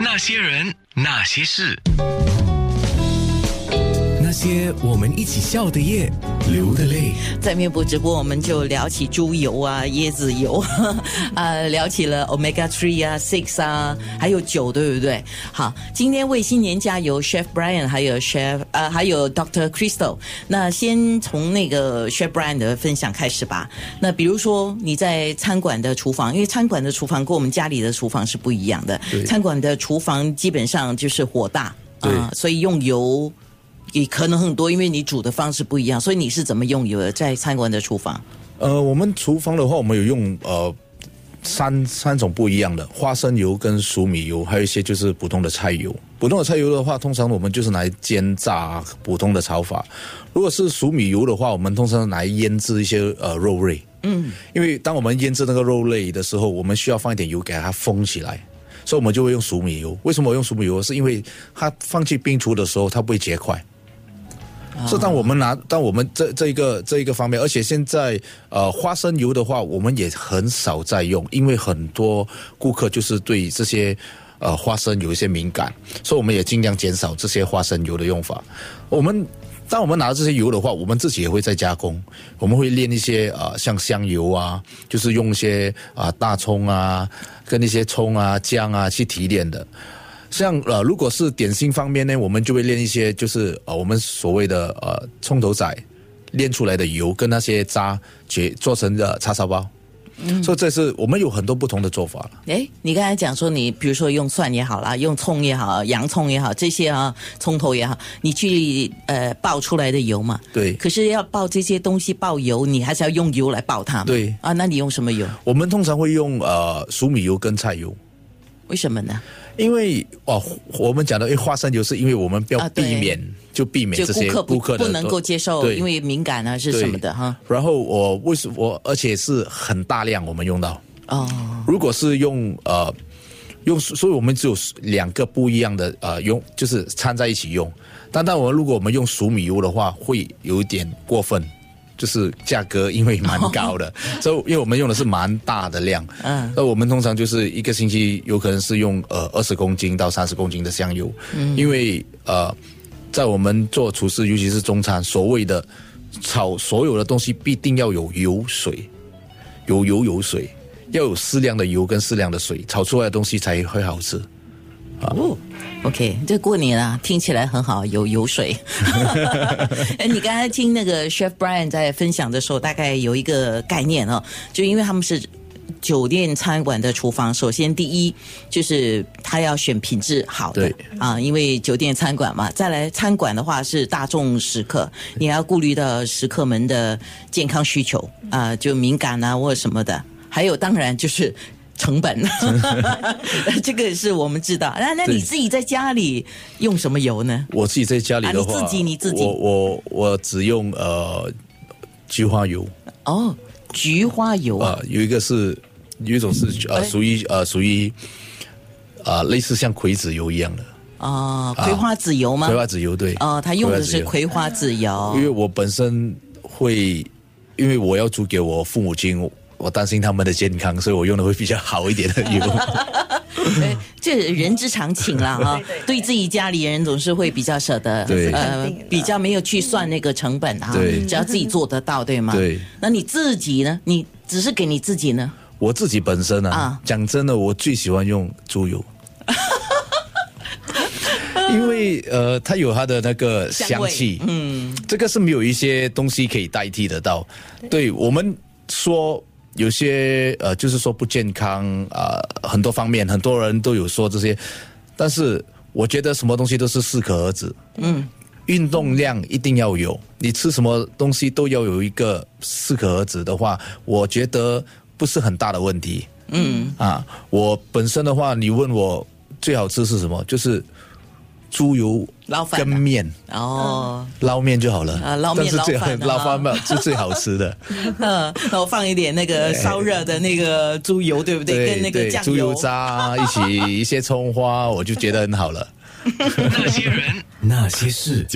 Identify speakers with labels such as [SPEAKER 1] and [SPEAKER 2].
[SPEAKER 1] 那些人，那些事，
[SPEAKER 2] 那些我们一起笑的夜，流的泪。
[SPEAKER 3] 在面部直播，我们就聊起猪油啊、椰子油，啊， 聊起了 omega three 啊、six 啊，还有酒，对不对？好，今天为新年加油，Chef Brian 还有 Chef 呃，还有 Doctor Crystal。那先从那个 Chef Brian 的分享开始吧。那比如说你在餐馆的厨房，因为餐馆的厨房跟我们家里的厨房是不一样的
[SPEAKER 4] 对，
[SPEAKER 3] 餐馆的厨房基本上就是火大啊、
[SPEAKER 4] 对
[SPEAKER 3] 所以用油。也可能很多，因为你煮的方式不一样，所以你是怎么用油的？在餐馆的厨房，
[SPEAKER 4] 呃，我们厨房的话，我们有用呃三三种不一样的花生油跟熟米油，还有一些就是普通的菜油。普通的菜油的话，通常我们就是拿来煎炸普通的炒法；如果是熟米油的话，我们通常拿来腌制一些呃肉类。嗯，因为当我们腌制那个肉类的时候，我们需要放一点油给它封起来。所以我们就会用熟米油。为什么我用熟米油？是因为它放进冰橱的时候，它不会结块。是当我们拿，当我们这这一个这一个方面，而且现在呃花生油的话，我们也很少在用，因为很多顾客就是对这些呃花生有一些敏感，所以我们也尽量减少这些花生油的用法。我们当我们拿这些油的话，我们自己也会再加工，我们会炼一些呃像香油啊，就是用一些啊、大葱啊跟一些葱啊姜啊去提炼的。像呃，如果是点心方面呢，我们就会炼一些，就是呃，我们所谓的呃葱头仔炼出来的油跟那些渣结做成的叉烧包。
[SPEAKER 3] 嗯
[SPEAKER 4] 所以这是我们有很多不同的做法了。
[SPEAKER 3] 诶，你刚才讲说你，比如说用蒜也好啦，用葱也好，洋葱也好，这些啊，葱头也好，你去呃爆出来的油嘛。
[SPEAKER 4] 对
[SPEAKER 3] 可是要爆这些东西爆油，你还是要用油来爆它嘛。
[SPEAKER 4] 对
[SPEAKER 3] 啊，那你用什么油？
[SPEAKER 4] 我们通常会用呃熟米油跟菜油，
[SPEAKER 3] 为什么呢？
[SPEAKER 4] 因为哦，我们讲的因为花生油是因为我们要
[SPEAKER 3] 啊对
[SPEAKER 4] 避免、就避免
[SPEAKER 3] 就
[SPEAKER 4] 这
[SPEAKER 3] 顾
[SPEAKER 4] 些
[SPEAKER 3] 客不
[SPEAKER 4] 的
[SPEAKER 3] 不能够接受，
[SPEAKER 4] 对
[SPEAKER 3] 因为敏感啊是
[SPEAKER 4] 对
[SPEAKER 3] 什么的哈。。
[SPEAKER 4] 然后我为什我而且是很大量我们用到。
[SPEAKER 3] 哦，
[SPEAKER 4] 如果是用呃用，所以我们只有两个不一样的呃用，就是掺在一起用。但但我们如果我们用熟米油的话，会有一点过分，就是价格因为蛮高的， 所以因为我们用的是蛮大的量，
[SPEAKER 3] 嗯
[SPEAKER 4] 那我们通常就是一个星期有可能是用呃二十公斤到三十公斤的香油，因为呃在我们做厨师，尤其是中餐，所谓的炒所有的东西必定要有油水，有油有水，要有适量的油跟适量的水，炒出来的东西才会好吃。
[SPEAKER 3] 哦，OK，这过年啊，听起来很好，有油水。哎， 你刚才听那个 Chef Brian 在分享的时候，大概有一个概念哦，就因为他们是。酒店餐馆的厨房，首先第一就是他要选品质好的
[SPEAKER 4] 对
[SPEAKER 3] 啊，因为酒店餐馆嘛。再来，餐馆的话是大众食客，
[SPEAKER 4] 嗯
[SPEAKER 3] 你要顾虑到食客们的健康需求啊、就敏感啊或者什么的。还有，当然就是成本， 这个是我们知道。那那你
[SPEAKER 4] 对
[SPEAKER 3] 自己在家里用什么油呢？
[SPEAKER 4] 我自己在家里的话，
[SPEAKER 3] 啊你自己你自己
[SPEAKER 4] 我我我只用呃菊花油，
[SPEAKER 3] 哦，菊花油啊。
[SPEAKER 4] 呃，有一个是有一种是呃
[SPEAKER 3] 哎
[SPEAKER 4] 属于呃属于呃类似像葵籽油一样的
[SPEAKER 3] 哦，葵花籽油吗？
[SPEAKER 4] 啊葵花籽油，对，
[SPEAKER 3] 哦，他用的
[SPEAKER 4] 葵花籽
[SPEAKER 3] 是
[SPEAKER 4] 油嗯
[SPEAKER 3] 葵花籽油
[SPEAKER 4] 因。为我本身会，因为我要煮给我父母亲，我我担心他们的健康，所以我用的会比较好一点的 油。
[SPEAKER 3] 哎这人之常情 啦哈，对自己家里人总是会比较舍得，
[SPEAKER 4] 对
[SPEAKER 3] 呃
[SPEAKER 5] 肯定的，
[SPEAKER 3] 比较没有去算那个成本啊，
[SPEAKER 4] 对
[SPEAKER 3] 只要自己做得到，对吗？
[SPEAKER 4] 对。
[SPEAKER 3] 那你自己呢？你只是给你自己呢？
[SPEAKER 4] 我自己本身啊，
[SPEAKER 3] 啊
[SPEAKER 4] 讲真的，我最喜欢用猪油。因为呃，它有它的那个
[SPEAKER 3] 香
[SPEAKER 4] 香
[SPEAKER 3] 味
[SPEAKER 4] 气，嗯，这个是没有一些东西可以代替得到。对我们说，有些呃，就是说不健康啊、呃很多方面，很多人都有说这些，但是我觉得什么东西都是适可而止，运动量一定要有，你吃什么东西都要有一个适可而止的话，我觉得不是很大的问题。嗯啊，我本身的话，你问我最好吃是什么，就是猪油
[SPEAKER 3] 捞饭啊
[SPEAKER 4] 跟面。
[SPEAKER 3] 哦，
[SPEAKER 4] 捞面就好了
[SPEAKER 3] 啊捞面
[SPEAKER 4] 但是最
[SPEAKER 3] 捞饭啊
[SPEAKER 4] 捞饭嘛是最好吃的，
[SPEAKER 3] 嗯，然后放一点那个烧热的那个猪油，对 不对？跟那个
[SPEAKER 4] 对，
[SPEAKER 3] 酱
[SPEAKER 4] 猪油
[SPEAKER 3] 油
[SPEAKER 4] 渣啊一起一些葱花，我就觉得很好了。
[SPEAKER 1] 那些人。
[SPEAKER 2] 那些事。